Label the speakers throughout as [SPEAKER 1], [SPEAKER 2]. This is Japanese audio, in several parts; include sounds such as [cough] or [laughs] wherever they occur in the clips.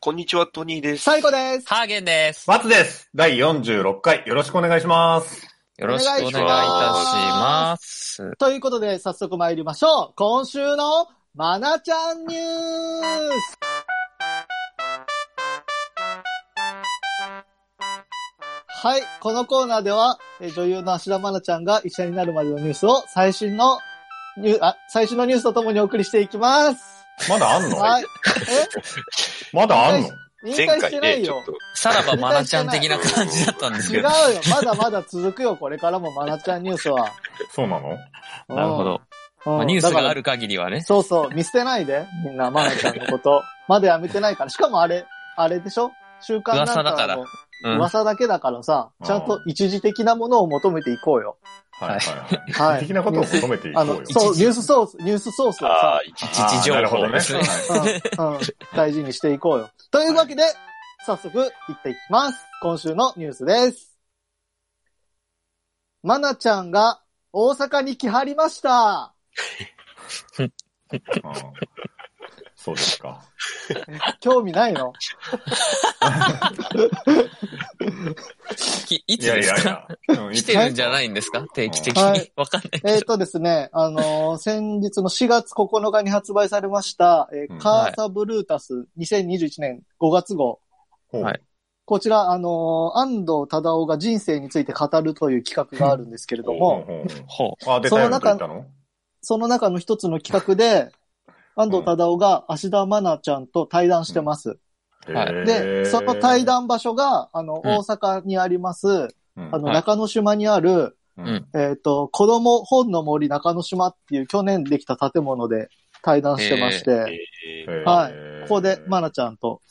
[SPEAKER 1] こんにちは、トニーです。
[SPEAKER 2] 最後です。
[SPEAKER 3] ハーゲンです。
[SPEAKER 4] 松です。第46回、よろしくお願いします。
[SPEAKER 3] よろしくお願いいたします。
[SPEAKER 2] ということで、早速参りましょう。今週のまなちゃんニュース。はい、このコーナーでは、え女優の芦田愛菜ちゃんが医者になるまでのニュースを最新のニューあ最新のニュースとともにお送りしていきます。
[SPEAKER 4] まだあんの
[SPEAKER 2] はい。
[SPEAKER 4] まだあんの
[SPEAKER 2] え引
[SPEAKER 1] 前
[SPEAKER 2] 退し
[SPEAKER 1] 回
[SPEAKER 2] てな
[SPEAKER 1] ね、
[SPEAKER 2] い
[SPEAKER 1] ちょ
[SPEAKER 2] よ
[SPEAKER 1] っ。と、
[SPEAKER 3] さらばまなちゃん的な感じだったんです
[SPEAKER 2] 違
[SPEAKER 3] け
[SPEAKER 2] う
[SPEAKER 3] ど
[SPEAKER 2] よ。。まだまだ続くよ。これからもまなちゃんニュースは。
[SPEAKER 4] そうなの
[SPEAKER 2] うん
[SPEAKER 3] [laughs] [laughs] なるほ。ど。
[SPEAKER 2] うん
[SPEAKER 3] まあニュース
[SPEAKER 2] だか
[SPEAKER 3] が
[SPEAKER 2] ら
[SPEAKER 3] ある限りはね。
[SPEAKER 2] そうそう、見捨てないで、みんな、まなちゃんのこと。まだやめてないから。しかもあれ、あれでしょ習慣なんか
[SPEAKER 3] 噂だから
[SPEAKER 2] もう
[SPEAKER 3] うん。
[SPEAKER 2] 噂だけだからさ、ちゃんと一時的なものを求めていこうよ。
[SPEAKER 4] はいはいはい。
[SPEAKER 2] はい。
[SPEAKER 4] 的なことを求めていこ
[SPEAKER 2] あ
[SPEAKER 4] うよ
[SPEAKER 2] の、。そう、
[SPEAKER 3] 一時
[SPEAKER 2] ニュースソース、ニュースソースを
[SPEAKER 1] あ
[SPEAKER 2] さ
[SPEAKER 1] あ、、一時
[SPEAKER 3] 一時情
[SPEAKER 4] あーなるほ
[SPEAKER 3] 報
[SPEAKER 4] どね。
[SPEAKER 3] ですね
[SPEAKER 4] はい
[SPEAKER 2] うん、うん、大事にしていこうよ。というわけで、早速、行っていきます。今週のニュースです。まなちゃんが大阪に来はりました。
[SPEAKER 4] うんそうで
[SPEAKER 2] [laughs]
[SPEAKER 4] すか。
[SPEAKER 2] 興味ないの
[SPEAKER 3] き [laughs] い
[SPEAKER 4] い
[SPEAKER 3] つ
[SPEAKER 4] や
[SPEAKER 3] で
[SPEAKER 4] い
[SPEAKER 3] す
[SPEAKER 4] やい
[SPEAKER 3] か
[SPEAKER 4] や。うん
[SPEAKER 3] 来てるんじゃないいんですか定期的
[SPEAKER 2] は
[SPEAKER 3] に
[SPEAKER 2] い。
[SPEAKER 3] わかんない。
[SPEAKER 2] えっ、とですね、あのー先日の4月9日に発売されました、えー
[SPEAKER 4] うん
[SPEAKER 2] カーサブルータス2021年5月号。
[SPEAKER 4] ほう
[SPEAKER 3] はい
[SPEAKER 2] こちら、あのー安藤忠雄が人生について語るという企画があるんですけれど
[SPEAKER 4] ほう
[SPEAKER 2] も、
[SPEAKER 4] ほうほう
[SPEAKER 3] ほ
[SPEAKER 4] あ、出たよって言ったの
[SPEAKER 2] その中の一つの企画で、安藤忠雄が芦田愛菜ちゃんと対談してます。
[SPEAKER 3] 中中
[SPEAKER 4] へー
[SPEAKER 2] で、その対、談場所が、あの、
[SPEAKER 3] うん
[SPEAKER 2] 大阪にあります、
[SPEAKER 4] うん
[SPEAKER 2] あの、
[SPEAKER 3] はい
[SPEAKER 2] 中之島にある、
[SPEAKER 4] うん
[SPEAKER 2] えっ、と、子供本の森中之島っていう去年できた建物で対談してまして、
[SPEAKER 1] えー
[SPEAKER 4] へー
[SPEAKER 2] はいここでまなちゃんと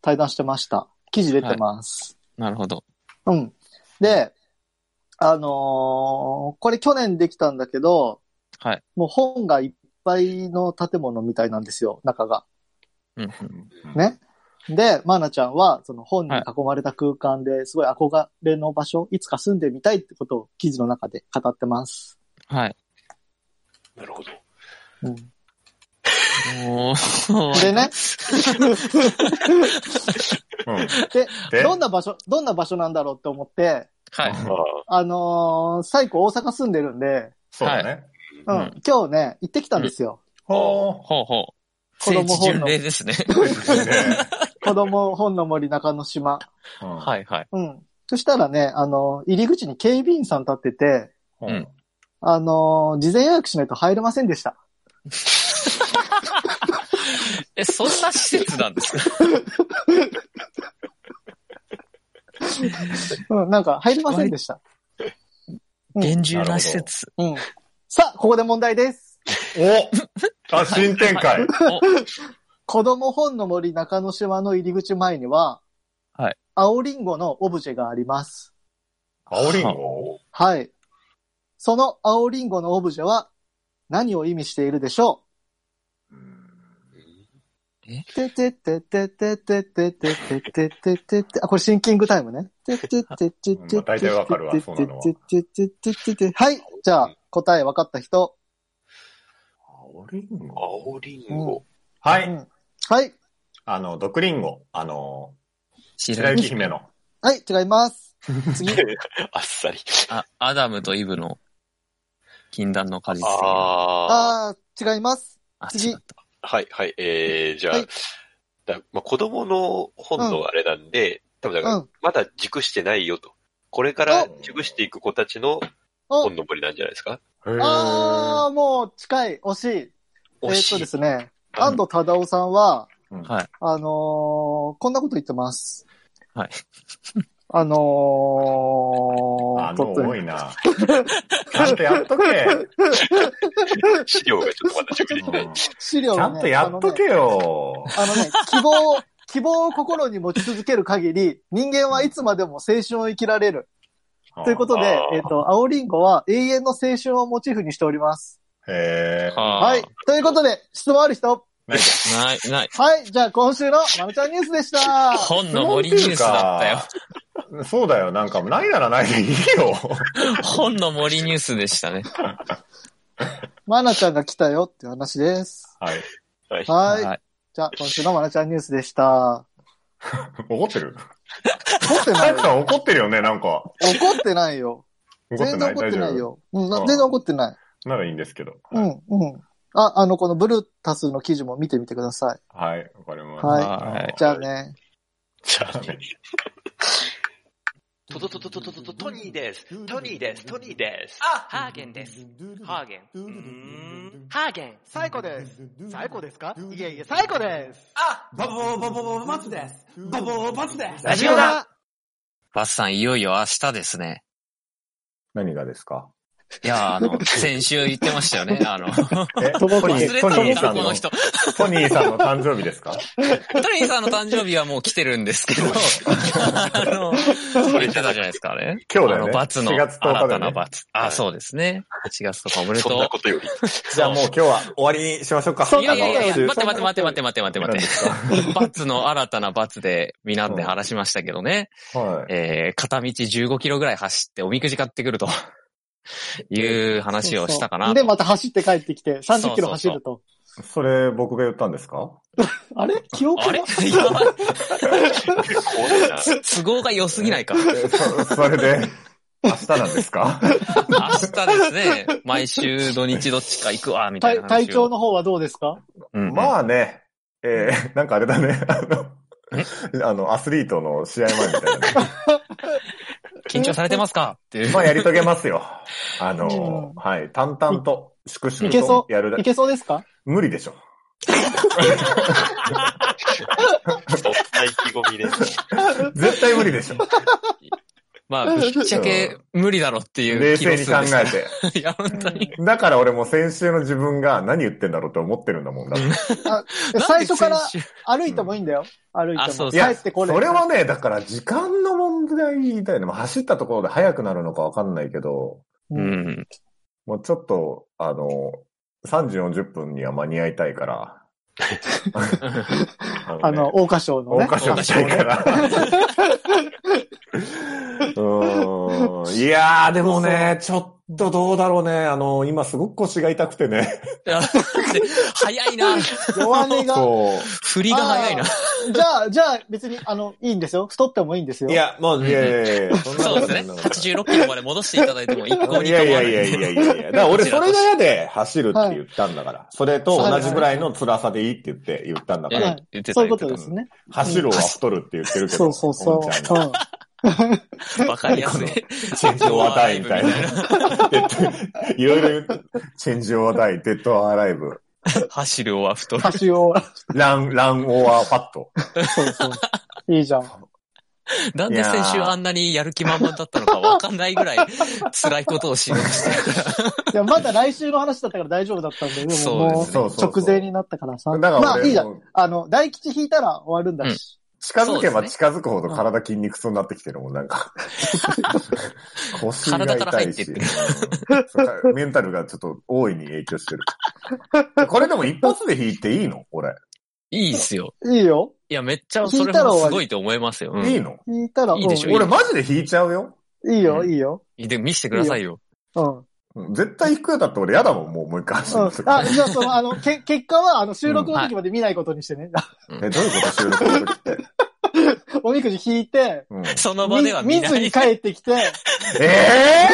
[SPEAKER 2] 対談してました。記事出てます。
[SPEAKER 3] う。なるほど。
[SPEAKER 2] うん。で、あのーこれ去年できたんだけど、
[SPEAKER 3] はい。
[SPEAKER 2] もう本がいっぱいの建物みたいなんですよ、中が。
[SPEAKER 3] うん。
[SPEAKER 4] うん
[SPEAKER 2] ね。で、まなちゃんは、その本に囲まれた空間ですごい憧れの場所、い、つか住んでみたいってことを記事の中で語ってます。
[SPEAKER 3] [laughs] はい。
[SPEAKER 1] なるほど。
[SPEAKER 2] うん、
[SPEAKER 3] おー
[SPEAKER 2] でね、 [laughs]
[SPEAKER 4] うん
[SPEAKER 2] で、
[SPEAKER 4] で
[SPEAKER 2] どんな場所、どんな場所なんだろうって思って、
[SPEAKER 3] はい。
[SPEAKER 1] ああ、
[SPEAKER 2] あのー、最高大阪住んでるんで、
[SPEAKER 4] そうだね。
[SPEAKER 2] うん、
[SPEAKER 3] うん
[SPEAKER 2] 今日ね、行ってきたんですよ。
[SPEAKER 4] ほ
[SPEAKER 3] ほうほう。
[SPEAKER 2] 子
[SPEAKER 3] 聖
[SPEAKER 2] 供
[SPEAKER 3] 地
[SPEAKER 2] 本
[SPEAKER 3] 巡
[SPEAKER 2] の
[SPEAKER 3] 礼です [laughs] ね。
[SPEAKER 4] う。
[SPEAKER 2] [laughs]
[SPEAKER 4] いいね
[SPEAKER 2] 子供本の森中之島。
[SPEAKER 4] うん
[SPEAKER 3] はいはい。
[SPEAKER 2] うん。そしたらね、あの、入り口に警備員さん立ってて、
[SPEAKER 4] ほ
[SPEAKER 3] うん
[SPEAKER 2] あの、事前予約しないと入れませんでした。
[SPEAKER 3] え、そんな施設なんですか
[SPEAKER 2] うん、なんか入れませんでした。
[SPEAKER 3] 厳重な施設。
[SPEAKER 2] うん。さあ、ここで問題です。
[SPEAKER 4] おあ、新展開。
[SPEAKER 2] 子供本の森中之島の入り口前には、
[SPEAKER 3] はい。
[SPEAKER 2] 青リンゴのオブジェがあります。
[SPEAKER 4] 青りんご
[SPEAKER 2] はい。その青リンゴのオブジェは何を意味しているでしょうてててててててててててててあ、これシンキングタイムね。てててててててててててはい。じゃあ、答え分かった人。
[SPEAKER 4] 青りんご
[SPEAKER 1] 青リンゴ。
[SPEAKER 4] は
[SPEAKER 2] う
[SPEAKER 4] い。
[SPEAKER 2] んはい。
[SPEAKER 4] あの、毒りんご。あの、
[SPEAKER 3] 白
[SPEAKER 4] 白雪姫の。
[SPEAKER 2] はい、違います。次。
[SPEAKER 1] あっさり。
[SPEAKER 3] あ、アダムとイブの禁断の果実。
[SPEAKER 1] ああ。
[SPEAKER 2] あー、違います。
[SPEAKER 3] あ
[SPEAKER 2] 次
[SPEAKER 3] 違った
[SPEAKER 1] はい、はい、えー、じゃあ、
[SPEAKER 2] はい
[SPEAKER 1] だまあ、子供の本のあれなんで、多分だ
[SPEAKER 2] う
[SPEAKER 1] から、
[SPEAKER 2] ん。
[SPEAKER 1] まだ熟してないよと。これから
[SPEAKER 4] お
[SPEAKER 1] 熟していく子たちの
[SPEAKER 2] お
[SPEAKER 1] 本の森なんじゃないですか
[SPEAKER 2] あー、もう近い、惜しい。
[SPEAKER 1] 惜し
[SPEAKER 2] えーっと
[SPEAKER 1] い
[SPEAKER 2] で。すね、安藤忠雄さんは、
[SPEAKER 4] うん
[SPEAKER 3] はい。
[SPEAKER 2] あのー、こんなこと言ってます。
[SPEAKER 3] はい。
[SPEAKER 2] あのー、ちょ
[SPEAKER 4] あの、
[SPEAKER 2] っと
[SPEAKER 4] 多いな。ちゃんとやっとけ。
[SPEAKER 1] 資料がちょっとまだ準備でき
[SPEAKER 2] [laughs]
[SPEAKER 1] ない。
[SPEAKER 4] うん
[SPEAKER 2] 資料
[SPEAKER 4] ち
[SPEAKER 2] が
[SPEAKER 4] ゃん
[SPEAKER 2] ね
[SPEAKER 4] とやっとけよ。
[SPEAKER 2] あのね、あのね希望を、希望を心に持ち続ける限り、人間はいつまでも青春を生きられる。ということで
[SPEAKER 1] あ、ー
[SPEAKER 2] えーっ、と、青りんごは永遠の青春をモチーフにしております。
[SPEAKER 4] へー
[SPEAKER 3] は
[SPEAKER 2] はい。ということで、質問ある人
[SPEAKER 4] なんか
[SPEAKER 3] ない、ない。
[SPEAKER 2] はい。じゃあ、今週のまるちゃんニュースでした。
[SPEAKER 3] [laughs] 本の森ニュースだったよ。
[SPEAKER 4] そうだよ。なんか、ないならないでいいよ。
[SPEAKER 3] 本の森ニュースでしたね。
[SPEAKER 2] まなちゃんが来たよっていう話です。
[SPEAKER 4] はい。
[SPEAKER 2] はい。
[SPEAKER 3] はい
[SPEAKER 2] じゃあ、今週のまなちゃんニュースでした。
[SPEAKER 4] 怒ってる
[SPEAKER 2] 怒ってな
[SPEAKER 4] タ
[SPEAKER 2] い
[SPEAKER 4] イ
[SPEAKER 2] よ
[SPEAKER 4] さん怒ってるよね、なんか。
[SPEAKER 2] 怒ってないよ。
[SPEAKER 4] 怒って
[SPEAKER 2] 全
[SPEAKER 4] な
[SPEAKER 2] 然
[SPEAKER 4] い
[SPEAKER 2] 怒ってない
[SPEAKER 4] 大丈夫
[SPEAKER 2] よ。うん、な
[SPEAKER 4] うん
[SPEAKER 2] 全然怒ってない。
[SPEAKER 4] ならいいんですけど。
[SPEAKER 2] うん、うん。あ、あの、このブルータスの記事も見てみてください。
[SPEAKER 4] はい、わかりました。
[SPEAKER 2] はい
[SPEAKER 3] はい
[SPEAKER 2] じゃあね。
[SPEAKER 1] じゃあね。トトトトトトトトトニーです。トニーです。トニーです。
[SPEAKER 5] あ、ハーゲンです。ハーゲン。うーんハーゲン。
[SPEAKER 6] 最高です。最高ですかいえいえ、最高です。
[SPEAKER 5] あ、バボーバボーバツです。バボーバツです。
[SPEAKER 1] ラジオだ
[SPEAKER 3] バスさん、いよいよ明日ですね。
[SPEAKER 4] 何がですか
[SPEAKER 3] いや、あの、 [laughs] 先週言ってましたよね。 [laughs] あの、
[SPEAKER 4] え、ト
[SPEAKER 3] 忘れてた
[SPEAKER 4] ト
[SPEAKER 3] の
[SPEAKER 4] ニー
[SPEAKER 3] か
[SPEAKER 4] さ
[SPEAKER 3] な、
[SPEAKER 4] ん
[SPEAKER 3] こ
[SPEAKER 4] の
[SPEAKER 3] の、人。
[SPEAKER 4] トニーさんの誕生日ですか
[SPEAKER 3] トニーさんの誕生日はもう来てるんです [laughs] けど、あの、言ってたじゃないですか、あれ。
[SPEAKER 4] 今日だよ
[SPEAKER 3] あの、
[SPEAKER 4] ね。
[SPEAKER 3] 罰の
[SPEAKER 4] 4月
[SPEAKER 3] 新
[SPEAKER 4] 10日だ
[SPEAKER 3] た
[SPEAKER 4] よ
[SPEAKER 3] な
[SPEAKER 4] ね。
[SPEAKER 3] 罰。あ、そうですね。4月とかおめで
[SPEAKER 1] そ
[SPEAKER 3] と
[SPEAKER 1] ん
[SPEAKER 3] う
[SPEAKER 1] な。ことより。
[SPEAKER 4] [laughs] じゃあもう今日は終わりにしましょうか。
[SPEAKER 3] いやいやいやいや
[SPEAKER 4] あの
[SPEAKER 3] 待って待って待って待って待って待って
[SPEAKER 4] 何で
[SPEAKER 3] 待
[SPEAKER 4] すか
[SPEAKER 3] って。罰の新たな罰で、みんなで話しましたけどね。
[SPEAKER 4] はい。
[SPEAKER 3] えー、片道15キロぐらい走っておみくじ買ってくると [laughs] いう話をしたかな
[SPEAKER 2] そう
[SPEAKER 3] と。
[SPEAKER 2] そうで、また走って帰ってきて、30キロ
[SPEAKER 3] そうそう
[SPEAKER 2] 走
[SPEAKER 3] そう
[SPEAKER 2] ると。
[SPEAKER 4] それ、僕が言ったんですか
[SPEAKER 2] あれ記憶
[SPEAKER 3] あ
[SPEAKER 2] が
[SPEAKER 3] れ今は
[SPEAKER 1] 怖いな。
[SPEAKER 3] 都合が良すぎない
[SPEAKER 2] [laughs]
[SPEAKER 3] か。
[SPEAKER 4] えそ [laughs] それで、明日なんですか
[SPEAKER 3] 明日ですね、毎週土日どっちか行くわ、み [laughs] たい
[SPEAKER 2] 体
[SPEAKER 3] な
[SPEAKER 2] 体
[SPEAKER 3] 話
[SPEAKER 2] 調
[SPEAKER 3] を。
[SPEAKER 2] の方はどうですか
[SPEAKER 3] うん
[SPEAKER 4] まあね、えー、なんかあれだね、あの、あのアスリートの試合前みたいなね、
[SPEAKER 3] 緊張されてますかっていう。
[SPEAKER 4] まあやり遂げます [laughs] よ。あの、はい、淡々と、粛
[SPEAKER 2] い
[SPEAKER 4] 々
[SPEAKER 2] けそ
[SPEAKER 4] と
[SPEAKER 2] う
[SPEAKER 4] やるだ
[SPEAKER 2] いけそうですか
[SPEAKER 4] 無理でしょ。
[SPEAKER 1] そんな意気込みで。
[SPEAKER 4] 絶対無理 [laughs] でしょ。
[SPEAKER 3] [laughs] まあ、ぶっちゃけ無理だろってい
[SPEAKER 4] 冷
[SPEAKER 3] う気が
[SPEAKER 4] 静
[SPEAKER 3] す
[SPEAKER 4] に
[SPEAKER 3] るん
[SPEAKER 4] 考
[SPEAKER 3] ですけ
[SPEAKER 4] えて。
[SPEAKER 3] ど。 [laughs] いや、本当に。
[SPEAKER 4] だから俺も先週の自分が何言ってんだろうって思ってるんだもんだって。
[SPEAKER 2] 最初から
[SPEAKER 3] なんで先週
[SPEAKER 2] 歩いてもいいんだよ。歩い
[SPEAKER 3] あ
[SPEAKER 2] て
[SPEAKER 3] そ
[SPEAKER 2] も。
[SPEAKER 3] う
[SPEAKER 2] 帰
[SPEAKER 4] いや、
[SPEAKER 2] ってこ
[SPEAKER 4] そ
[SPEAKER 2] れる
[SPEAKER 4] れはね、だから時間の問題だよね。まあ走ったところで速くなるのかわかんないけど、
[SPEAKER 3] うん。 [laughs]
[SPEAKER 4] もうちょっと、あの、3時40分には間に合いたいから。あ
[SPEAKER 2] あの、
[SPEAKER 4] ね、
[SPEAKER 2] 大花賞のね。
[SPEAKER 4] 大箇所にしたいから。うーんいやー、でもね、ちょっとどうだろうね。あの、今すごく腰が痛くてね。
[SPEAKER 3] いや早いな。
[SPEAKER 2] 弱音が。
[SPEAKER 4] そ
[SPEAKER 3] 振りが早いな。
[SPEAKER 2] じゃあ、じゃあ別に、あの、いいんですよ。太ってもいいんですよ。
[SPEAKER 4] う。いや、もう、いやいやいや、そんな
[SPEAKER 3] そう
[SPEAKER 4] こ
[SPEAKER 3] で
[SPEAKER 4] と
[SPEAKER 3] す
[SPEAKER 4] な
[SPEAKER 3] ね。
[SPEAKER 4] い
[SPEAKER 3] 86キロまで戻していただいても一向に構わない
[SPEAKER 4] いやいやいやいやいやいや。だから俺それが嫌で走るって言ったんだから。それと同じぐらいの辛さでいいって言って言ったんだか
[SPEAKER 3] え
[SPEAKER 4] ら。
[SPEAKER 2] は
[SPEAKER 3] え
[SPEAKER 2] い
[SPEAKER 3] 言ってた
[SPEAKER 2] そういう
[SPEAKER 3] 言
[SPEAKER 2] こ
[SPEAKER 3] って
[SPEAKER 2] とで
[SPEAKER 3] た
[SPEAKER 2] すね。
[SPEAKER 4] 走るは太るって言ってるけど。
[SPEAKER 2] そうそうそう。
[SPEAKER 4] おんちゃんが
[SPEAKER 2] うん
[SPEAKER 3] わかりやすい。
[SPEAKER 4] チェンジオアダイみたいな。デッドいろいろ言って、チェンジオアダイ、デッドアライブ、
[SPEAKER 3] 走るは [laughs] 太る。
[SPEAKER 2] 歌詞を。
[SPEAKER 4] ラン、ランオアパッド。
[SPEAKER 2] そうそう。いいじゃん。
[SPEAKER 3] なんで先週あんなにやる気満々だったのかわかんないぐらい辛いことをしま [laughs] した。
[SPEAKER 2] いや、まだ来週の話だったから大丈夫だったんだけど、でももう
[SPEAKER 4] そうそうそう
[SPEAKER 2] 直前になったからさ。
[SPEAKER 4] だから俺
[SPEAKER 2] まあいいじゃ
[SPEAKER 4] も
[SPEAKER 2] ん
[SPEAKER 4] う。
[SPEAKER 2] あの、大吉引いたら終わるんだし。
[SPEAKER 4] 近づけば近づくほど体筋肉痛になってきてるもん、なん
[SPEAKER 3] [laughs]
[SPEAKER 4] か。腰が
[SPEAKER 3] 体から
[SPEAKER 4] 痛
[SPEAKER 3] 入
[SPEAKER 4] い
[SPEAKER 3] ってっ
[SPEAKER 4] して
[SPEAKER 3] る、
[SPEAKER 4] うんそうメンタルがちょっと大いに影
[SPEAKER 3] [laughs]
[SPEAKER 4] 響してる。これでも一発で弾いていいの俺。
[SPEAKER 3] いいっすよ。
[SPEAKER 2] いいよ。
[SPEAKER 3] いや、めっちゃそれもすごいと思いますよ。うん
[SPEAKER 4] いいの
[SPEAKER 2] 引いたら、
[SPEAKER 3] いいでしょ
[SPEAKER 2] うん
[SPEAKER 4] 俺マジで弾いちゃうよ。
[SPEAKER 2] いいよ、いいよ。
[SPEAKER 3] で、見せてくださいよ。
[SPEAKER 2] うん。
[SPEAKER 4] うん絶対弾くよだって俺嫌だもん、もうもう一回走
[SPEAKER 2] うん
[SPEAKER 4] る
[SPEAKER 2] あ、じゃあ、その、あの、け、 [laughs] 結果は、あの、収録の時まで見ないことにしてね。 [laughs]
[SPEAKER 4] え、どういうこと収録の
[SPEAKER 3] [laughs]
[SPEAKER 4] 時って。
[SPEAKER 2] おみくじ引いて、
[SPEAKER 4] うん
[SPEAKER 3] その場では
[SPEAKER 2] み
[SPEAKER 3] 見
[SPEAKER 2] 見
[SPEAKER 3] な
[SPEAKER 2] ずに
[SPEAKER 3] い。
[SPEAKER 2] 帰ってきて、 [laughs]
[SPEAKER 4] え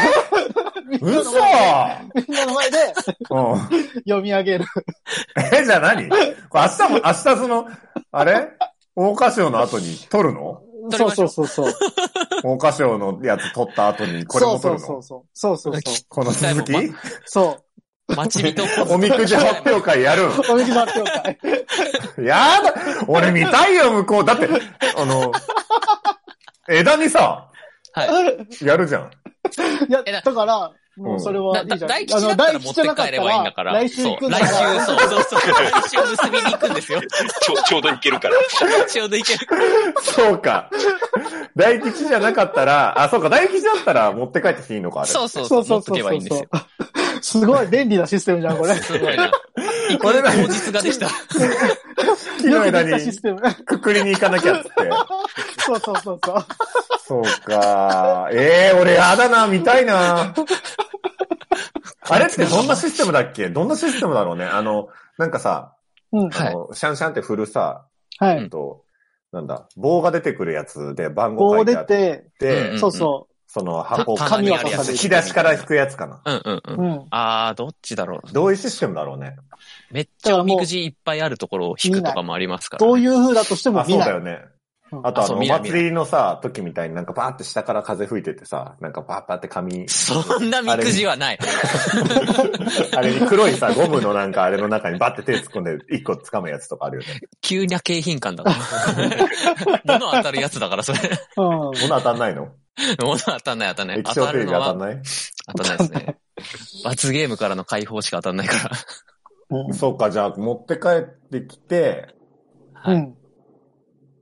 [SPEAKER 2] み
[SPEAKER 4] ぇ
[SPEAKER 2] んなの
[SPEAKER 4] 嘘
[SPEAKER 2] 前で、みんなの前で
[SPEAKER 4] うん
[SPEAKER 2] 読み上げる。
[SPEAKER 4] え、じゃあ何これ明日も、明日その、あれ大歌賞の後に撮るの
[SPEAKER 3] まし
[SPEAKER 2] そ
[SPEAKER 3] ょ
[SPEAKER 2] う
[SPEAKER 3] う
[SPEAKER 2] そうそうそう。
[SPEAKER 4] 大歌賞のやつ撮った後にこれも撮るの
[SPEAKER 2] そうそうそうそう。そうそう
[SPEAKER 4] この続き
[SPEAKER 3] 聞
[SPEAKER 2] そう。
[SPEAKER 3] 待ち人ポーズ
[SPEAKER 4] おみくじ発表会やるん
[SPEAKER 2] そう。おみくじ発表会。
[SPEAKER 4] やだ俺見たいよ、向こう。だって、あの、枝にさ、
[SPEAKER 3] は [laughs]
[SPEAKER 4] やるじゃん。
[SPEAKER 2] いや、
[SPEAKER 3] えな
[SPEAKER 2] だから、もうそれはいいじゃん。
[SPEAKER 3] だ大吉だったら持って帰ればいいんだから。
[SPEAKER 2] 来週
[SPEAKER 3] そ
[SPEAKER 2] 行く
[SPEAKER 3] う、
[SPEAKER 2] んだ
[SPEAKER 3] 来
[SPEAKER 2] か
[SPEAKER 3] 週、
[SPEAKER 2] ら。
[SPEAKER 3] そうそうそう。来週結びに行くんですよ。
[SPEAKER 1] ちょちょうどいけるから。
[SPEAKER 3] ちょうどいける。
[SPEAKER 4] そうか。大吉じゃなかったら、あ、そうか、大吉だったら持って帰ってきていいのか、あれ。
[SPEAKER 3] そうそうそう。持ってけばいいんですよ。
[SPEAKER 2] [laughs] すごい便利なシステムじゃん、これ。よ
[SPEAKER 3] すごい [laughs] な。行
[SPEAKER 4] 俺
[SPEAKER 3] く
[SPEAKER 4] ら
[SPEAKER 3] 当日ができた。
[SPEAKER 4] 木の
[SPEAKER 2] く
[SPEAKER 4] 枝
[SPEAKER 2] できた
[SPEAKER 4] に
[SPEAKER 2] システム。
[SPEAKER 4] くくりに行かなきゃっつって。
[SPEAKER 2] そうそうそうそう。
[SPEAKER 4] そうか。ええ俺やだな、見たいな。あれってどんなシステムだっけどんなシステムだろうねあの、なんかさ、
[SPEAKER 2] うん。
[SPEAKER 3] はい
[SPEAKER 4] あのシャンシャンって振るさ、
[SPEAKER 2] は
[SPEAKER 4] えっ
[SPEAKER 2] い。
[SPEAKER 4] と、なんだ、棒が出てくるやつで番号
[SPEAKER 2] こ
[SPEAKER 4] 書
[SPEAKER 2] う
[SPEAKER 4] いて
[SPEAKER 2] 出
[SPEAKER 4] あって、
[SPEAKER 2] て、
[SPEAKER 3] うんうん
[SPEAKER 2] そうそ
[SPEAKER 4] その箱を
[SPEAKER 2] ちょっと紙を
[SPEAKER 4] そう
[SPEAKER 2] 挟んで
[SPEAKER 4] そう引き出しから引くやつかな。
[SPEAKER 3] うんうんう。
[SPEAKER 2] う。うんん。
[SPEAKER 3] あー、どっちだろう。
[SPEAKER 4] どういうシステムだろうね。
[SPEAKER 3] めっちゃおみくじいっぱいあるところを引くとかもありますから、
[SPEAKER 2] どう
[SPEAKER 3] う
[SPEAKER 2] いう風だとしても
[SPEAKER 4] あ、そ
[SPEAKER 2] 見
[SPEAKER 4] う
[SPEAKER 2] ない。
[SPEAKER 4] だよね
[SPEAKER 2] う。ん
[SPEAKER 4] あと
[SPEAKER 3] あ
[SPEAKER 4] あ
[SPEAKER 3] そう
[SPEAKER 4] の、お
[SPEAKER 3] 見ない見ない
[SPEAKER 4] 祭りのさ、時みたいになんかバーって下から風吹いててさ、なんかバーッバーって紙、
[SPEAKER 3] そんなみくじはない。 [laughs]
[SPEAKER 4] あれに黒いさ、ゴムのなんかあれの中にバーって手突っ込んで一個掴むやつとかあるよね。
[SPEAKER 3] 急な景品感だもん。物当たるやつだから、それ。
[SPEAKER 2] うん。
[SPEAKER 4] 物当たんないの
[SPEAKER 3] 物当たんない当たんない。
[SPEAKER 4] 液
[SPEAKER 3] 当
[SPEAKER 4] 晶
[SPEAKER 3] た
[SPEAKER 4] テレ
[SPEAKER 3] る
[SPEAKER 4] ビ
[SPEAKER 3] の
[SPEAKER 4] 当た
[SPEAKER 3] は
[SPEAKER 4] んない
[SPEAKER 3] 当たんないですね。罰ゲームからの解放しか当たんないから。
[SPEAKER 2] うん
[SPEAKER 4] そうか、じゃあ持って帰ってきて、
[SPEAKER 3] はい
[SPEAKER 2] うん。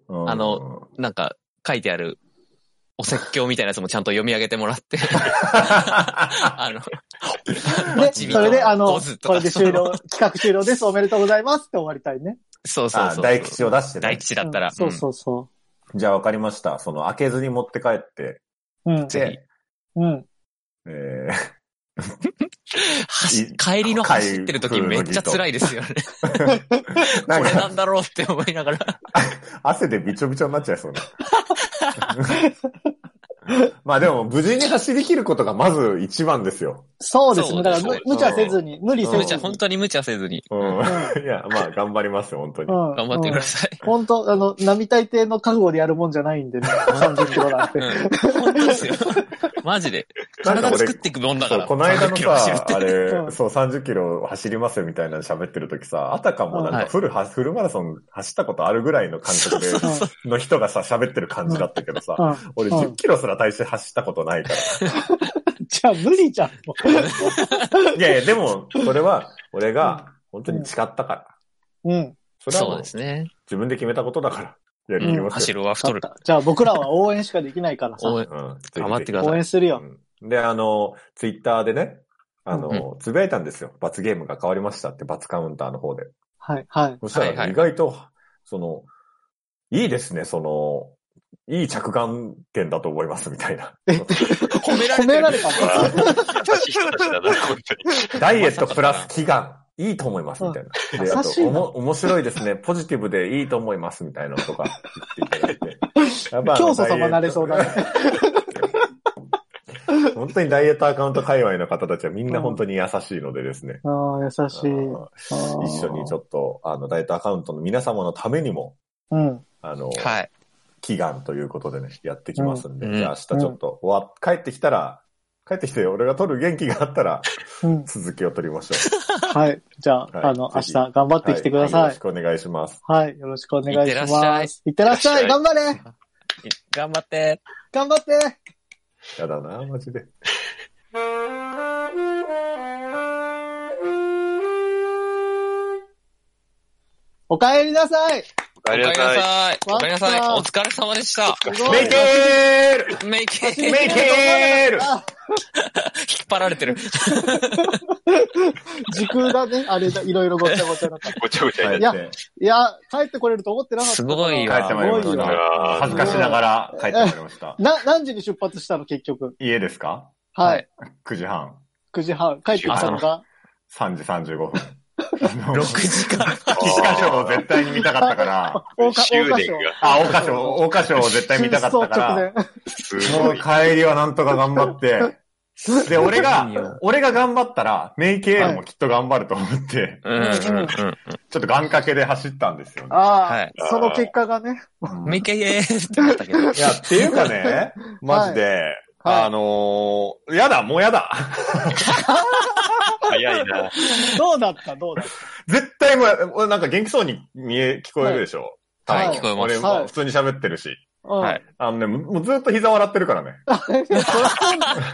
[SPEAKER 4] うん
[SPEAKER 3] あの、なんか、書いてある、お説教みたいなやつもちゃんと読み上げてもらって。あの、
[SPEAKER 2] で、
[SPEAKER 3] 地味
[SPEAKER 2] それで、あの
[SPEAKER 3] ポズ、と
[SPEAKER 2] こ
[SPEAKER 3] か
[SPEAKER 2] れで終
[SPEAKER 3] [laughs]
[SPEAKER 2] 了、企画終了です、おめでとうございますって終わりたいね。
[SPEAKER 3] そうそう
[SPEAKER 4] あ
[SPEAKER 3] そう。
[SPEAKER 4] 大吉を出して
[SPEAKER 3] 大
[SPEAKER 4] ね。
[SPEAKER 3] 吉だったら。
[SPEAKER 2] うんそうそうそ
[SPEAKER 4] じゃあわかりました。その開けずに持って帰って、
[SPEAKER 2] う。うん。
[SPEAKER 3] ぜひ
[SPEAKER 4] で、
[SPEAKER 2] うん。
[SPEAKER 4] え
[SPEAKER 3] うん走
[SPEAKER 4] い
[SPEAKER 3] 帰りの走ってる時めっちゃ辛いですよね。[laughs]
[SPEAKER 4] ー、
[SPEAKER 3] こ
[SPEAKER 4] なん
[SPEAKER 3] れな
[SPEAKER 4] か
[SPEAKER 3] んだろうって思いながら。
[SPEAKER 4] [laughs] 汗でびちょびちょになっちゃいそ
[SPEAKER 3] [laughs]
[SPEAKER 4] うな。まあでも、無事に走り切ることがまず一番ですよ。
[SPEAKER 2] そうです
[SPEAKER 3] そ
[SPEAKER 2] ね。
[SPEAKER 3] うで
[SPEAKER 2] だか
[SPEAKER 3] す
[SPEAKER 2] ら
[SPEAKER 3] ね
[SPEAKER 2] む、無茶せずに、無理せ
[SPEAKER 4] うん
[SPEAKER 2] ず
[SPEAKER 3] 無
[SPEAKER 2] に。
[SPEAKER 3] 茶、本当に無茶せずに
[SPEAKER 4] うん。
[SPEAKER 3] [laughs]
[SPEAKER 4] いや、まあ頑張りますよ、本当に。
[SPEAKER 2] うん
[SPEAKER 3] 頑張ってください。
[SPEAKER 2] うん本当、あの、並大抵の覚悟でやるもんじゃないん
[SPEAKER 3] [laughs]
[SPEAKER 2] でね。30キロなんて。
[SPEAKER 3] うん本当ですよ。マジで。
[SPEAKER 4] なんか
[SPEAKER 3] 体
[SPEAKER 4] 俺
[SPEAKER 3] 作っていくもんだ
[SPEAKER 4] そ
[SPEAKER 3] か
[SPEAKER 4] う
[SPEAKER 3] ら。
[SPEAKER 4] この間
[SPEAKER 3] 30
[SPEAKER 4] の
[SPEAKER 3] キロ走るっ
[SPEAKER 4] さ
[SPEAKER 3] て、
[SPEAKER 4] あれ
[SPEAKER 2] う、ん
[SPEAKER 4] そう、30キロ走りますよみたいなの喋ってる時さ、あたかもなん
[SPEAKER 3] は
[SPEAKER 4] か
[SPEAKER 3] い
[SPEAKER 4] フルは、フルマラソン走ったことあるぐらいの感覚で
[SPEAKER 3] そうそう、
[SPEAKER 4] の人がさ、喋ってる感じだったけどさ、
[SPEAKER 2] うん。
[SPEAKER 4] 俺
[SPEAKER 2] うん
[SPEAKER 4] 10キロすら大して走ったことないか
[SPEAKER 2] じゃあ無理じ
[SPEAKER 3] [laughs]
[SPEAKER 2] ゃん。も
[SPEAKER 4] ら。いやいや、でも、それは、俺が、本当に誓ったから。
[SPEAKER 2] ううん。
[SPEAKER 4] それはも
[SPEAKER 3] そう
[SPEAKER 4] う
[SPEAKER 3] ですね。
[SPEAKER 4] 自分で決めたことだから。やりきり
[SPEAKER 2] うん
[SPEAKER 4] ます
[SPEAKER 3] 走
[SPEAKER 4] よ。
[SPEAKER 3] るは太
[SPEAKER 2] 勝っ
[SPEAKER 3] る。
[SPEAKER 2] た。 [laughs] じゃあ僕らは応援しかできないからさ。
[SPEAKER 3] [laughs] 応援、
[SPEAKER 4] うん。
[SPEAKER 3] 頑張ってください
[SPEAKER 2] 応援するよ。
[SPEAKER 4] うんで、あの、ツイッターでね、あ
[SPEAKER 3] う
[SPEAKER 4] の、つぶやいたんですよ。罰ゲームが変わりましたって、罰カウンターの方で。
[SPEAKER 2] はい、
[SPEAKER 4] [laughs]
[SPEAKER 2] はい。
[SPEAKER 4] そしたら、
[SPEAKER 3] はいはい
[SPEAKER 4] 意外と、その、いいですね、その、いい着眼点だと思います、みたいな。
[SPEAKER 3] 褒めら
[SPEAKER 2] 褒
[SPEAKER 3] れて
[SPEAKER 2] め
[SPEAKER 3] る
[SPEAKER 2] られたの
[SPEAKER 1] 優しい人たちだな、本当に。
[SPEAKER 4] ダイエットプラス祈願、いいと思います、みたいな。で、あ
[SPEAKER 2] 優
[SPEAKER 4] と
[SPEAKER 2] しい、な
[SPEAKER 4] おも面白いですね、ポジティブでいいと思います、みたいなのとか言っていただいて。やっぱあの
[SPEAKER 2] [laughs] 教祖様なれそうだね。
[SPEAKER 4] 本当にダイエットアカウント界隈の方たちはみんな本当に優しいのでですね。
[SPEAKER 2] ああ、優しい。
[SPEAKER 4] あの一緒にち
[SPEAKER 2] ょっ
[SPEAKER 4] ょっと、あの、ダイエットアカウントの皆様のためにも、
[SPEAKER 2] と。うん。
[SPEAKER 4] あの、
[SPEAKER 3] はい。
[SPEAKER 4] 祈願ということでね、やってきますんで、
[SPEAKER 3] うん
[SPEAKER 4] じゃあ明日ちょっと、終わっ帰ってきたら、帰ってきて俺が撮る元気があったら、
[SPEAKER 2] うん。
[SPEAKER 4] [laughs] 続きを撮りましょ
[SPEAKER 2] [laughs] はい。じゃあ、
[SPEAKER 4] はい
[SPEAKER 2] あの、明
[SPEAKER 4] ぜ
[SPEAKER 2] 日
[SPEAKER 4] ひ
[SPEAKER 2] 頑張っ
[SPEAKER 4] う。
[SPEAKER 2] てきてくだ
[SPEAKER 4] は
[SPEAKER 2] さ
[SPEAKER 4] よろ
[SPEAKER 2] い
[SPEAKER 4] し。くお願いします。
[SPEAKER 2] はい。よろしくお願いし
[SPEAKER 3] いってらっしゃ
[SPEAKER 2] ま
[SPEAKER 3] い
[SPEAKER 2] す。いってらっしゃ
[SPEAKER 1] い
[SPEAKER 2] い。
[SPEAKER 1] ってら
[SPEAKER 2] 頑張れ
[SPEAKER 3] 頑張って。
[SPEAKER 2] 頑張って
[SPEAKER 4] やだな、マジで。
[SPEAKER 2] お帰りなさい
[SPEAKER 1] お帰り
[SPEAKER 3] お
[SPEAKER 1] な
[SPEAKER 3] 帰りな
[SPEAKER 1] さい。
[SPEAKER 3] さい。お
[SPEAKER 2] わ
[SPEAKER 3] 帰
[SPEAKER 2] かり
[SPEAKER 3] りな
[SPEAKER 2] な
[SPEAKER 3] さ
[SPEAKER 2] さ
[SPEAKER 3] い
[SPEAKER 2] い。
[SPEAKER 3] お疲れ様でした。
[SPEAKER 2] すごい
[SPEAKER 4] メイケール
[SPEAKER 3] メイケ引っ
[SPEAKER 4] メイケール
[SPEAKER 2] あ
[SPEAKER 3] 張られてる。
[SPEAKER 2] 時空だね。あれだ、いろいろごちゃごちゃだった。
[SPEAKER 1] [laughs] ごちゃごちゃに
[SPEAKER 4] 帰
[SPEAKER 1] なっ
[SPEAKER 2] や
[SPEAKER 4] って、
[SPEAKER 2] いや、帰ってこれると思ってなかった。
[SPEAKER 3] すごい
[SPEAKER 4] 帰
[SPEAKER 3] わ
[SPEAKER 4] ってまいりま
[SPEAKER 2] すご
[SPEAKER 4] し
[SPEAKER 2] い
[SPEAKER 4] た
[SPEAKER 2] わ
[SPEAKER 1] わ。
[SPEAKER 4] 恥ずかしながら帰ってまいりました。
[SPEAKER 2] な、何時に出発したの、結局。
[SPEAKER 4] 家ですか
[SPEAKER 2] はい。
[SPEAKER 4] ?9 時半、
[SPEAKER 2] 9時半。帰ってきたのが。
[SPEAKER 4] 3時35分。
[SPEAKER 3] 6時間。
[SPEAKER 4] 岸田賞を絶対に見たかったから、
[SPEAKER 2] 大花
[SPEAKER 1] 執
[SPEAKER 2] 大花
[SPEAKER 1] 念
[SPEAKER 2] 賞。
[SPEAKER 1] が
[SPEAKER 4] あ、大花賞、大花賞を絶対見たかったから、
[SPEAKER 2] 中層直前。
[SPEAKER 1] す
[SPEAKER 4] も
[SPEAKER 1] ご
[SPEAKER 4] う
[SPEAKER 1] い。
[SPEAKER 4] 帰りはなんとか頑張って。で、俺
[SPEAKER 3] いいよ
[SPEAKER 4] が、俺が頑張ったら、メイケールもきっと頑張ると思って、
[SPEAKER 3] うんうんうん。
[SPEAKER 4] ちょっと願掛けで走ったんですよね。
[SPEAKER 2] ああ、
[SPEAKER 3] はい。
[SPEAKER 2] その結果がね。
[SPEAKER 4] うん
[SPEAKER 3] メイケってなったけど。
[SPEAKER 4] いや、っていう [laughs] かね、マジで、
[SPEAKER 2] はい
[SPEAKER 4] あのー、やだ、もうやだ。 [laughs]
[SPEAKER 1] 早いな。
[SPEAKER 2] どうだったどうだっ
[SPEAKER 4] 絶対もう、俺なんか元気そうに見え、聞こえるでしょ。
[SPEAKER 2] はい
[SPEAKER 3] はい聞こえます
[SPEAKER 4] 俺
[SPEAKER 2] はい
[SPEAKER 4] も普通に喋ってるし。
[SPEAKER 2] た、うん、 [laughs]
[SPEAKER 3] はい
[SPEAKER 4] あのね、もうもうずっと膝笑ってるからね。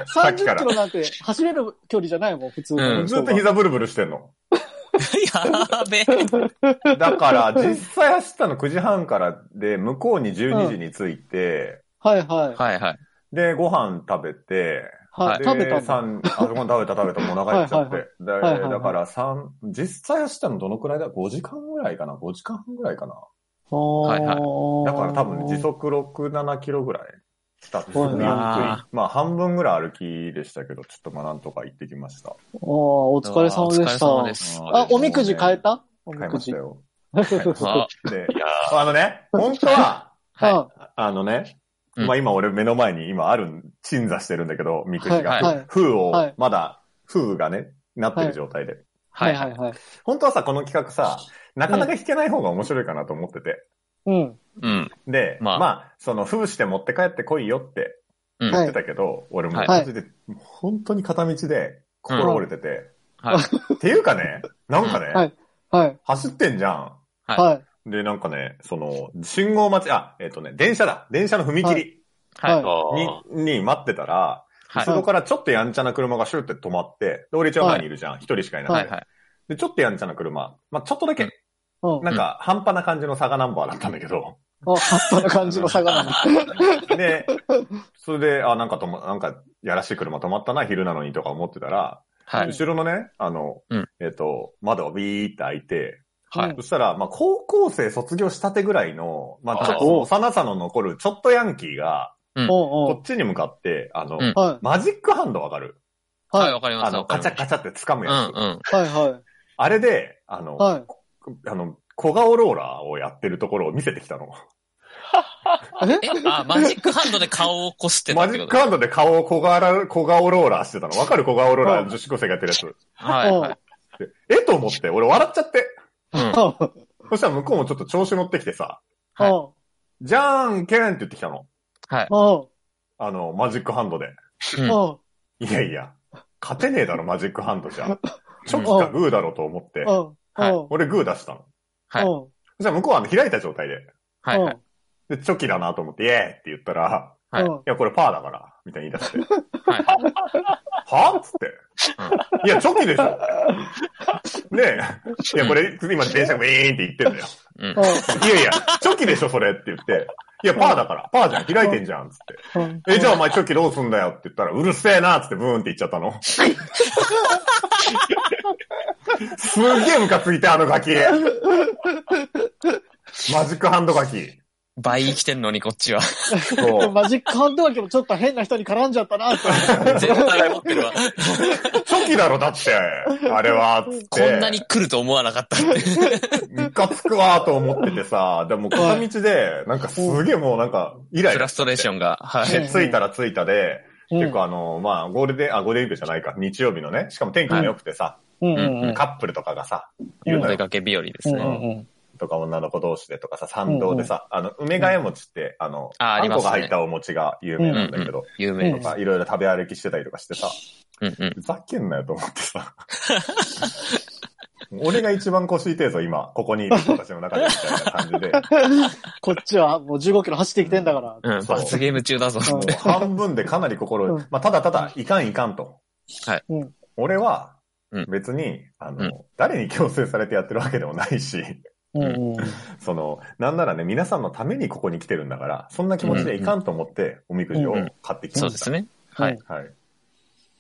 [SPEAKER 4] さっきか
[SPEAKER 2] 30
[SPEAKER 4] ら
[SPEAKER 2] キロなんて走れる距離じゃないもん、普通
[SPEAKER 3] う
[SPEAKER 2] の
[SPEAKER 3] ん
[SPEAKER 4] ず
[SPEAKER 2] 人
[SPEAKER 4] っと
[SPEAKER 2] が。
[SPEAKER 4] 膝ブルブルして
[SPEAKER 2] [laughs]
[SPEAKER 4] んの。
[SPEAKER 3] やべえ。
[SPEAKER 4] だから、実際走ったの9時半からで、向こうに12時に着いて、
[SPEAKER 2] はいはい。
[SPEAKER 3] はいはい。
[SPEAKER 4] で、ご飯食べて、
[SPEAKER 2] は
[SPEAKER 4] で
[SPEAKER 2] い、食べたの
[SPEAKER 4] 三あ、ご飯食べた食べた、もうお腹いっちゃっ
[SPEAKER 2] は
[SPEAKER 4] て。で
[SPEAKER 2] いはいはい
[SPEAKER 4] だから3、実際走ったのどのくらいだ ?5 時間ぐらいかな ?5 時間半ぐらいかな
[SPEAKER 3] はいはい
[SPEAKER 4] だから多分時。速6、7キロぐらい。したんです
[SPEAKER 2] ごい
[SPEAKER 3] な
[SPEAKER 4] まあ半分ぐらい歩きでしたけど、ちょっとまあなんとか行ってきました。
[SPEAKER 2] おーお疲れ様でした。
[SPEAKER 3] お疲れ様です。
[SPEAKER 2] あ、おみくじ変え
[SPEAKER 4] た
[SPEAKER 2] たお
[SPEAKER 4] 変
[SPEAKER 2] み
[SPEAKER 4] え
[SPEAKER 2] く
[SPEAKER 4] まし
[SPEAKER 2] じ
[SPEAKER 4] た。よ。
[SPEAKER 3] あ
[SPEAKER 4] で、
[SPEAKER 1] いや
[SPEAKER 4] あのね、本当
[SPEAKER 3] [laughs]
[SPEAKER 4] は、
[SPEAKER 3] はい
[SPEAKER 2] うん
[SPEAKER 4] あのね、
[SPEAKER 3] うん
[SPEAKER 4] まあ今俺目の前に今あるん、鎮座してるんだけど、みくじ
[SPEAKER 3] はい
[SPEAKER 2] は
[SPEAKER 4] が
[SPEAKER 2] い。
[SPEAKER 4] 風
[SPEAKER 2] は
[SPEAKER 4] を
[SPEAKER 2] い、
[SPEAKER 4] まだ、風がね、なってる状態で。
[SPEAKER 2] はいはいはい。
[SPEAKER 4] 本当はさ、この企画さ、なかなか弾けない方が面白いかなと思ってて。
[SPEAKER 2] うん。
[SPEAKER 3] うん。
[SPEAKER 4] で、
[SPEAKER 3] ま
[SPEAKER 4] ま
[SPEAKER 3] あ
[SPEAKER 4] あ、その、風して持って帰ってこいよって
[SPEAKER 3] うん
[SPEAKER 4] 言ってたけど、俺も、
[SPEAKER 3] はい
[SPEAKER 4] マジで、本当に片道で心折れてて、
[SPEAKER 3] はい。
[SPEAKER 4] っていうかね、なんかね、
[SPEAKER 2] はいはい。
[SPEAKER 4] 走ってんじゃん。
[SPEAKER 3] はい
[SPEAKER 2] はい。
[SPEAKER 4] で、なんかね、その、信号待ち、あ、えっ、とね、電車だ。電車の踏切
[SPEAKER 3] はい。
[SPEAKER 2] はい
[SPEAKER 4] に、
[SPEAKER 1] あ
[SPEAKER 4] に待ってたら、
[SPEAKER 3] はい
[SPEAKER 4] そこからちょっとやんちゃな車がシューって止まって、で、俺一応前にいるじゃん。一、人しかいない、
[SPEAKER 3] はい。はい。
[SPEAKER 4] で、ちょっとやんちゃな車。まあ、ちょっとだけ、
[SPEAKER 2] うん。
[SPEAKER 4] なんか、半端な感じの差がナンバーだったんだけど。
[SPEAKER 2] あ、そんな感じの差がなんだ。
[SPEAKER 4] で、それで、あ、なんかとも、なんか、やらしい車止まったな、昼なのにとか思ってたら、
[SPEAKER 3] はい。
[SPEAKER 4] 後ろのね、あの、
[SPEAKER 3] うん
[SPEAKER 4] えっ、と、窓がビーって開いて、
[SPEAKER 3] はい
[SPEAKER 2] うん
[SPEAKER 4] そしたら、まあ、高校生卒業したてぐらいの、まあ、
[SPEAKER 1] あー
[SPEAKER 4] ちょっと幼さの残るちょっとヤンキーが、
[SPEAKER 2] おう
[SPEAKER 4] こっちに向かって、あの、
[SPEAKER 3] うん
[SPEAKER 2] おうはい。
[SPEAKER 4] マジックハンドわかる
[SPEAKER 3] はい、
[SPEAKER 2] は
[SPEAKER 3] わかります。
[SPEAKER 4] あの、カチャカチャって掴む
[SPEAKER 3] チ
[SPEAKER 4] やつ。
[SPEAKER 3] うん、うん。
[SPEAKER 2] い。はいはい。
[SPEAKER 4] あれで、あの、
[SPEAKER 2] はい。
[SPEAKER 4] あの、小顔ローラーをやってるところを見せてきたの。
[SPEAKER 3] え、あ、マジックハンドで顔をこすってた
[SPEAKER 4] マ
[SPEAKER 3] っ
[SPEAKER 4] ジ
[SPEAKER 3] て
[SPEAKER 4] ッ
[SPEAKER 3] こ
[SPEAKER 4] ク
[SPEAKER 3] と
[SPEAKER 4] ハンドで顔を小顔ラ小顔ローラーしてたの。わかる小顔ローラー、女子高生がやってるやつ。
[SPEAKER 3] はい、
[SPEAKER 2] うん
[SPEAKER 3] はい。
[SPEAKER 4] でえと思って、俺笑っちゃって。
[SPEAKER 3] うん。
[SPEAKER 2] う
[SPEAKER 4] そしたら向こうもちょっと調子乗ってきてさ、
[SPEAKER 3] はい
[SPEAKER 2] ん。うん
[SPEAKER 4] じゃーんけんって言ってきたの。
[SPEAKER 3] はい。
[SPEAKER 2] うん。
[SPEAKER 4] あの、マジックハンドで。
[SPEAKER 3] う
[SPEAKER 2] う
[SPEAKER 3] ん
[SPEAKER 2] ん。
[SPEAKER 4] いやいや、勝てねえだろ、マジックハンドじ
[SPEAKER 2] [laughs]
[SPEAKER 4] ゃ。チョキかグーだろうと思って
[SPEAKER 2] う、ん。うん。
[SPEAKER 3] はいう
[SPEAKER 4] 俺グー出したの。
[SPEAKER 3] はい
[SPEAKER 2] ん。
[SPEAKER 4] じゃあ向こうはあの開いた状態で、
[SPEAKER 3] はい、はい。
[SPEAKER 4] で、チョキだなと思って、イエーイって言ったら、
[SPEAKER 3] はい
[SPEAKER 2] うん
[SPEAKER 4] いや、これパーだから、みたいに
[SPEAKER 2] [laughs]
[SPEAKER 4] 言い出して。
[SPEAKER 3] はい。
[SPEAKER 4] はっつって。いや、チョキでしょ。ねえ。いや、これ、今電車がウィーンって言ってんだよ。
[SPEAKER 3] うん。
[SPEAKER 4] いやいや、チョキでしょ、それって言って。いや、パーだから、パーじゃん、開いてんじゃん、つって。
[SPEAKER 2] うん。
[SPEAKER 4] え、じゃあお前チョキどうすんだよって言ったら、うるせえなっつってブーンって言っちゃったの。すっげえムカついて、あのガキ。マジックハンドガキ。
[SPEAKER 3] 倍生きてんのに、こっちは。
[SPEAKER 2] で
[SPEAKER 4] そ
[SPEAKER 2] も
[SPEAKER 4] う。
[SPEAKER 2] マジックハンドワークもちょっと変な人に絡んじゃったなって。
[SPEAKER 3] 絶対持ってるわ。
[SPEAKER 4] チョキだろ、だって。あれは、つって。
[SPEAKER 3] こんなに来ると思わなかったって。
[SPEAKER 4] ムカつくわと思っててさ、でも片道で、なんかすげえもうなんか、イライ
[SPEAKER 3] フ
[SPEAKER 4] ラ
[SPEAKER 3] ラストレーションが。は
[SPEAKER 4] して
[SPEAKER 3] い。
[SPEAKER 4] 着いたら着いたで、
[SPEAKER 2] うん
[SPEAKER 4] 結構あの、まあ、ゴールデン、あ、ゴールデンウィークじゃないか、日曜日のね、しかも天気も良くてさ、
[SPEAKER 2] うんうんうん。
[SPEAKER 4] カップルとかがさ、いる
[SPEAKER 3] お
[SPEAKER 4] の
[SPEAKER 3] 出
[SPEAKER 4] よ。
[SPEAKER 3] かけ日和です
[SPEAKER 2] うんう
[SPEAKER 3] ね。
[SPEAKER 2] んうん。
[SPEAKER 4] とか女の子同士でとかさ、参道でさ、あの、梅ヶ谷餅って、あの、
[SPEAKER 3] ああり
[SPEAKER 4] ん
[SPEAKER 3] ますね
[SPEAKER 4] こが入ったお餅が有名なんだけど、
[SPEAKER 3] 有名
[SPEAKER 2] う
[SPEAKER 4] と
[SPEAKER 2] ん
[SPEAKER 3] です。
[SPEAKER 4] か、いろいろ食べ歩きしてたりとかしてさ、
[SPEAKER 3] うん、うん。
[SPEAKER 4] ふざけんなよと思っ
[SPEAKER 3] [laughs]
[SPEAKER 4] てさ。俺が一番腰痛いぞ、今。ここにいる人たちの中で、みたいな感じで。
[SPEAKER 2] こっちはもう15キロ走ってきてんだから。
[SPEAKER 3] うん、
[SPEAKER 4] そう
[SPEAKER 3] 罰ゲーム中だぞ。
[SPEAKER 4] もう半分でかなり心、
[SPEAKER 2] うん
[SPEAKER 4] まあ、ただただ、いかんいかんと。
[SPEAKER 3] はい
[SPEAKER 2] うん
[SPEAKER 4] 俺は
[SPEAKER 3] うん、
[SPEAKER 4] 別に、あ
[SPEAKER 3] う
[SPEAKER 4] の、
[SPEAKER 3] ん
[SPEAKER 4] 誰に強制されてやってるわけでもないし、
[SPEAKER 2] うんうん。
[SPEAKER 4] その、なんならね、皆さんのためにここに来てるんだから、そんな気持ちでいかんと思って、おみくじを買ってき
[SPEAKER 3] そ
[SPEAKER 4] ま
[SPEAKER 3] うで
[SPEAKER 4] し
[SPEAKER 3] す
[SPEAKER 4] た。
[SPEAKER 3] ね。はい。
[SPEAKER 4] はい。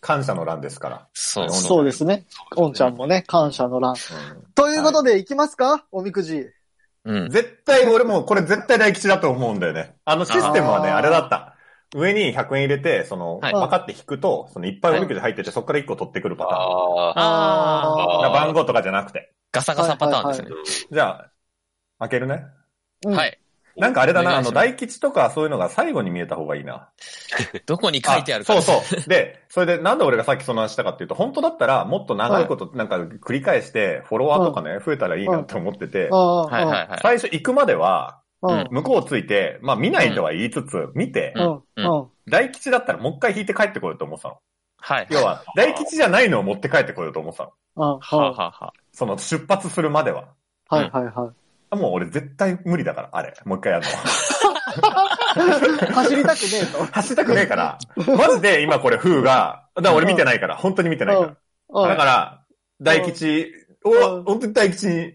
[SPEAKER 4] 感謝の欄ですから。
[SPEAKER 3] そう
[SPEAKER 4] そう
[SPEAKER 2] そうですね。おんちゃんもね、感謝の欄。ということで、行きますかおみくじ。
[SPEAKER 3] うん。
[SPEAKER 4] 絶対、俺もうこれ絶対大吉だと思うんだよね。あのシステムはね、
[SPEAKER 2] あー
[SPEAKER 4] あれだった。上に100円入れて、その、
[SPEAKER 3] はい
[SPEAKER 4] 分かって引くと、そのいっぱいおみくじ入ってて、そこから1個取ってくるパターン。
[SPEAKER 1] あ
[SPEAKER 3] あー、
[SPEAKER 1] ー
[SPEAKER 4] だから番号とかじゃなくて。
[SPEAKER 3] ガサガサパターンですね。
[SPEAKER 4] じゃあ、開けるね。
[SPEAKER 2] はい
[SPEAKER 3] はい。
[SPEAKER 4] なんかあれだ
[SPEAKER 3] お
[SPEAKER 4] な、あ
[SPEAKER 3] 願いし
[SPEAKER 4] の、
[SPEAKER 3] ます
[SPEAKER 4] 大吉とかそういうのが最後に見えた方がいいな。
[SPEAKER 3] どこに書いてあるか。
[SPEAKER 4] そうそう。で、それでなんで俺がさっきその話したかっていうと、本当だったらもっと長いこと、なんか繰り返して、フォロワーとかね、増えたらいいなって思ってて
[SPEAKER 2] あ、あ、
[SPEAKER 3] はいはいはい。
[SPEAKER 4] 最初行くまで
[SPEAKER 2] うん
[SPEAKER 4] は、
[SPEAKER 3] うん
[SPEAKER 4] 向こうついて、まあ見ないとは言いつつ、見て、
[SPEAKER 2] うんうん
[SPEAKER 4] 大吉だったらもう一回引いて帰ってこようと思ってたの。
[SPEAKER 3] はい。
[SPEAKER 4] 要は、大吉じゃないのを持って帰ってこようと思ってたの。
[SPEAKER 2] うん
[SPEAKER 3] はあ、はあはあ
[SPEAKER 4] その出発するまでは。
[SPEAKER 2] はいはいは
[SPEAKER 4] もう俺絶対無理だから、あれ。もう一回やるの。
[SPEAKER 3] [laughs]
[SPEAKER 2] い。走りたくねえと。
[SPEAKER 4] 走りたくねえから、マジで今これ、風が、だから俺見てないから、本当に見てないか
[SPEAKER 2] う
[SPEAKER 4] ら。だ
[SPEAKER 2] ん
[SPEAKER 4] から、大吉
[SPEAKER 2] う
[SPEAKER 4] を、
[SPEAKER 2] ん
[SPEAKER 4] 本当に大吉に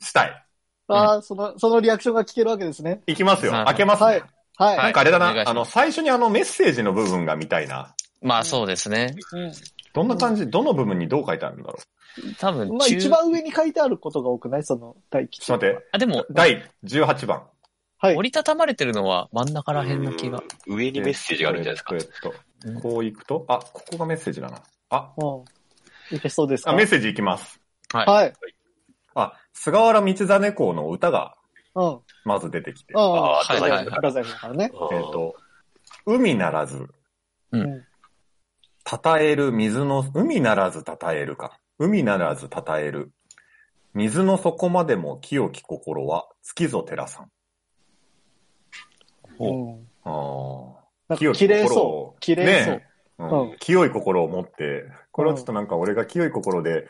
[SPEAKER 4] したい。
[SPEAKER 2] ああ、その、そのリアクションが聞けるわけですね。
[SPEAKER 4] いきますよ。
[SPEAKER 3] はい
[SPEAKER 4] 開けます
[SPEAKER 2] はい
[SPEAKER 4] ね。。
[SPEAKER 2] はい。
[SPEAKER 4] なんかあれだ
[SPEAKER 3] お願い
[SPEAKER 4] な、
[SPEAKER 3] します
[SPEAKER 4] あの、最初にあのメッセージの部分が見たいな。
[SPEAKER 3] まあそうですね。
[SPEAKER 4] どんな感じ、どの部分にどう書いてあるんだろう。
[SPEAKER 3] 多
[SPEAKER 2] う
[SPEAKER 3] 分
[SPEAKER 2] んまあ
[SPEAKER 3] 中、
[SPEAKER 2] 一番上に書いてあることが多くないその、大吉。
[SPEAKER 4] ちょっと待って、
[SPEAKER 3] あ、でも、
[SPEAKER 4] 第18番。
[SPEAKER 2] はい。
[SPEAKER 3] 折りたたまれてるのは真ん中ら辺な気が。
[SPEAKER 1] うん上にメッセージがあるんじゃないですか
[SPEAKER 4] え。っとえっとこういくと、あ、ここがメッセージだな。あ、
[SPEAKER 2] うん。いけそうですか
[SPEAKER 4] あメッセージいきます。
[SPEAKER 2] はい。
[SPEAKER 4] あ、菅原道真公の歌が、
[SPEAKER 2] うん。うん。
[SPEAKER 4] まず出てきて、
[SPEAKER 2] あ
[SPEAKER 1] はいはいはい
[SPEAKER 2] 太宰府だからね。
[SPEAKER 4] えっ、と、海ならず、
[SPEAKER 3] うん
[SPEAKER 4] たたえる水の、海ならずたたえるか。海ならずたたえる。水の底までも清き心は月ぞ寺さん。
[SPEAKER 2] うん。
[SPEAKER 4] あー
[SPEAKER 2] なん
[SPEAKER 4] 清
[SPEAKER 2] か
[SPEAKER 4] い
[SPEAKER 2] 綺麗
[SPEAKER 4] 心
[SPEAKER 2] そ
[SPEAKER 4] を
[SPEAKER 2] う。綺麗そう
[SPEAKER 4] ね。えう
[SPEAKER 2] うん
[SPEAKER 4] ん、清い心を持って、これはちょっとなんか俺が清い心で、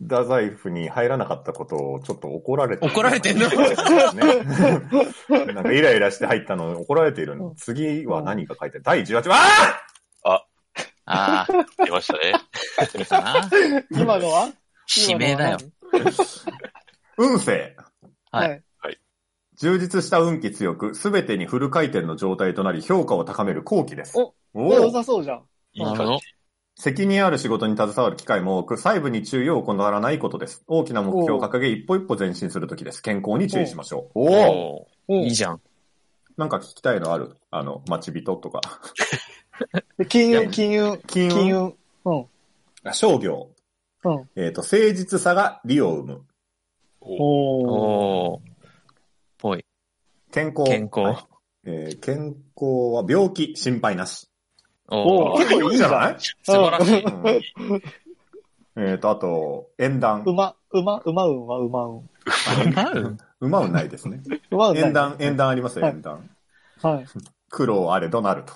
[SPEAKER 4] 太宰府に入らなかったことをちょっと怒られて
[SPEAKER 3] 怒られてんの
[SPEAKER 4] ね [laughs] なんかイライラして入ったのに怒られている
[SPEAKER 2] う
[SPEAKER 4] の。
[SPEAKER 2] ん
[SPEAKER 4] 次は何が書いてある第18話あ
[SPEAKER 3] ああ、
[SPEAKER 1] 出ましたね。
[SPEAKER 3] いいか [laughs] な。
[SPEAKER 2] 今のは
[SPEAKER 3] 指名だよ。
[SPEAKER 4] ー運勢
[SPEAKER 3] は
[SPEAKER 2] はいい。
[SPEAKER 4] 充実した運気強く、すべてにフル回転の状態となり、評価を高める後期です。
[SPEAKER 2] お
[SPEAKER 4] お
[SPEAKER 2] 良
[SPEAKER 4] ー
[SPEAKER 2] さそうじゃん。
[SPEAKER 1] いい
[SPEAKER 3] な
[SPEAKER 1] 感じ
[SPEAKER 3] るほど。
[SPEAKER 4] 責任ある仕事に携わる機会も多く、細部に注意を行わないことです。大きな目標を掲げ、一歩一歩前進するときです。健康に注意しましょう。おお
[SPEAKER 3] おーいいじゃん。
[SPEAKER 4] なんか聞きたいのあるあの、待ち人とか。
[SPEAKER 2] で金
[SPEAKER 3] いや
[SPEAKER 2] 融、金融、
[SPEAKER 4] 金
[SPEAKER 2] 金
[SPEAKER 4] 融
[SPEAKER 2] 融。うん。
[SPEAKER 4] 商業。
[SPEAKER 2] うん。
[SPEAKER 4] えっ、と、誠実さが利を生む。
[SPEAKER 2] おー。
[SPEAKER 3] おーぽい。
[SPEAKER 4] 健康。
[SPEAKER 3] 健康。
[SPEAKER 4] はいえー健康は病気、心配なし。
[SPEAKER 3] お
[SPEAKER 2] お
[SPEAKER 3] お
[SPEAKER 2] ー
[SPEAKER 3] 素
[SPEAKER 2] [laughs] 結構いいじゃない
[SPEAKER 4] い
[SPEAKER 3] 晴ら [laughs] しい。
[SPEAKER 4] うんえっ、と、あと、縁談。
[SPEAKER 2] 馬、馬、馬運は馬運。
[SPEAKER 3] なる
[SPEAKER 4] うまうないです
[SPEAKER 2] [laughs]
[SPEAKER 4] ね。
[SPEAKER 2] 馬運ない
[SPEAKER 4] 縁談、縁談ありますよ、
[SPEAKER 2] はい
[SPEAKER 4] 縁談。
[SPEAKER 2] はい。
[SPEAKER 4] 苦労あれどなると。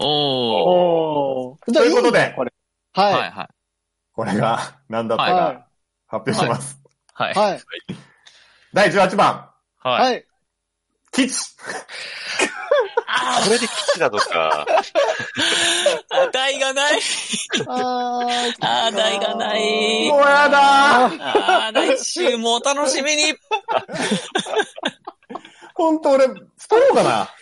[SPEAKER 3] おお
[SPEAKER 2] おー。
[SPEAKER 4] ということ
[SPEAKER 2] じ
[SPEAKER 4] で
[SPEAKER 2] ゃあいいねこれ。は。
[SPEAKER 3] はいいは
[SPEAKER 4] これが何だった
[SPEAKER 2] はい
[SPEAKER 4] か発表します。
[SPEAKER 3] い。はい。
[SPEAKER 2] はい。
[SPEAKER 4] 第18番、
[SPEAKER 3] はい。
[SPEAKER 2] はい。
[SPEAKER 4] 吉
[SPEAKER 1] これで基地なのか。
[SPEAKER 3] 台がない。
[SPEAKER 2] あー。
[SPEAKER 3] あー、台がな
[SPEAKER 4] も
[SPEAKER 3] い。
[SPEAKER 4] うやだー
[SPEAKER 3] あー、来週もお楽しみに。
[SPEAKER 4] ほんと俺、太ろうかな。 [laughs]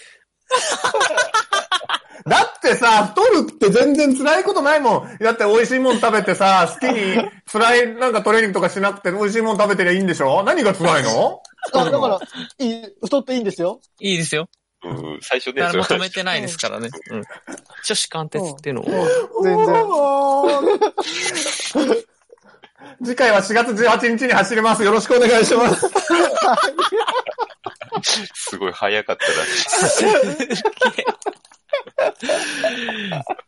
[SPEAKER 4] だってさ、太るって全然辛いことないもん。だって美味しいもん食べてさ、好きに辛いなんかトレーニングとかしなくて美味しいもん食べてりゃいいんでしょ何が辛いの
[SPEAKER 2] あだから、いい、太っていいんですよ。
[SPEAKER 3] いいですよ。
[SPEAKER 1] うん、最初ね、
[SPEAKER 3] 誰も
[SPEAKER 1] そ
[SPEAKER 3] 止
[SPEAKER 1] れ
[SPEAKER 3] めてないですからね。うん。女子貫徹っていうのを。
[SPEAKER 2] 全然。
[SPEAKER 4] もう次回は4月18日に走ります。よろしくお願いします。
[SPEAKER 1] すごい早かったな。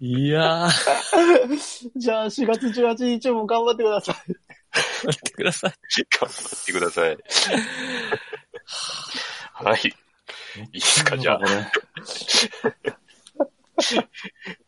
[SPEAKER 3] いやー、待
[SPEAKER 2] じゃあ、4月18日も頑張ってください。
[SPEAKER 3] ってください。
[SPEAKER 1] 頑張ってくだ
[SPEAKER 3] [laughs]
[SPEAKER 1] さい。はい。いいですか、じゃあ。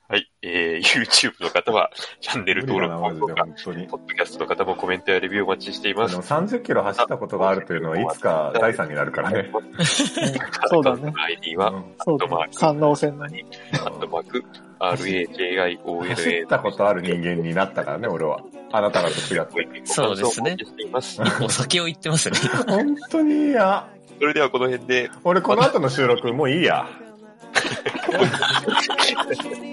[SPEAKER 1] はい。えー、YouTube の方は、チャンネル登録、
[SPEAKER 4] 無理だなマジ
[SPEAKER 1] 高評
[SPEAKER 4] で本当に
[SPEAKER 1] 価ポッドキャストの方もコメントやレビューお待ちしてい
[SPEAKER 4] あ
[SPEAKER 1] ます
[SPEAKER 4] の。30キロ走ったことがあるというのはいつか財産になるからね。
[SPEAKER 1] [laughs]
[SPEAKER 2] そうだね。
[SPEAKER 1] ID は、
[SPEAKER 2] そうだ
[SPEAKER 1] どうも
[SPEAKER 2] ね。三能線のね。
[SPEAKER 1] アットマーク、
[SPEAKER 4] 走っ
[SPEAKER 1] RAJIONA
[SPEAKER 4] たことある人間になったからね、俺は。あなたらと違って。
[SPEAKER 3] そうですね。もう先を言ってますね。
[SPEAKER 4] 本当にいいや。
[SPEAKER 1] それではこの辺で、
[SPEAKER 4] 俺この後の収録もういいや。
[SPEAKER 7] Thank you.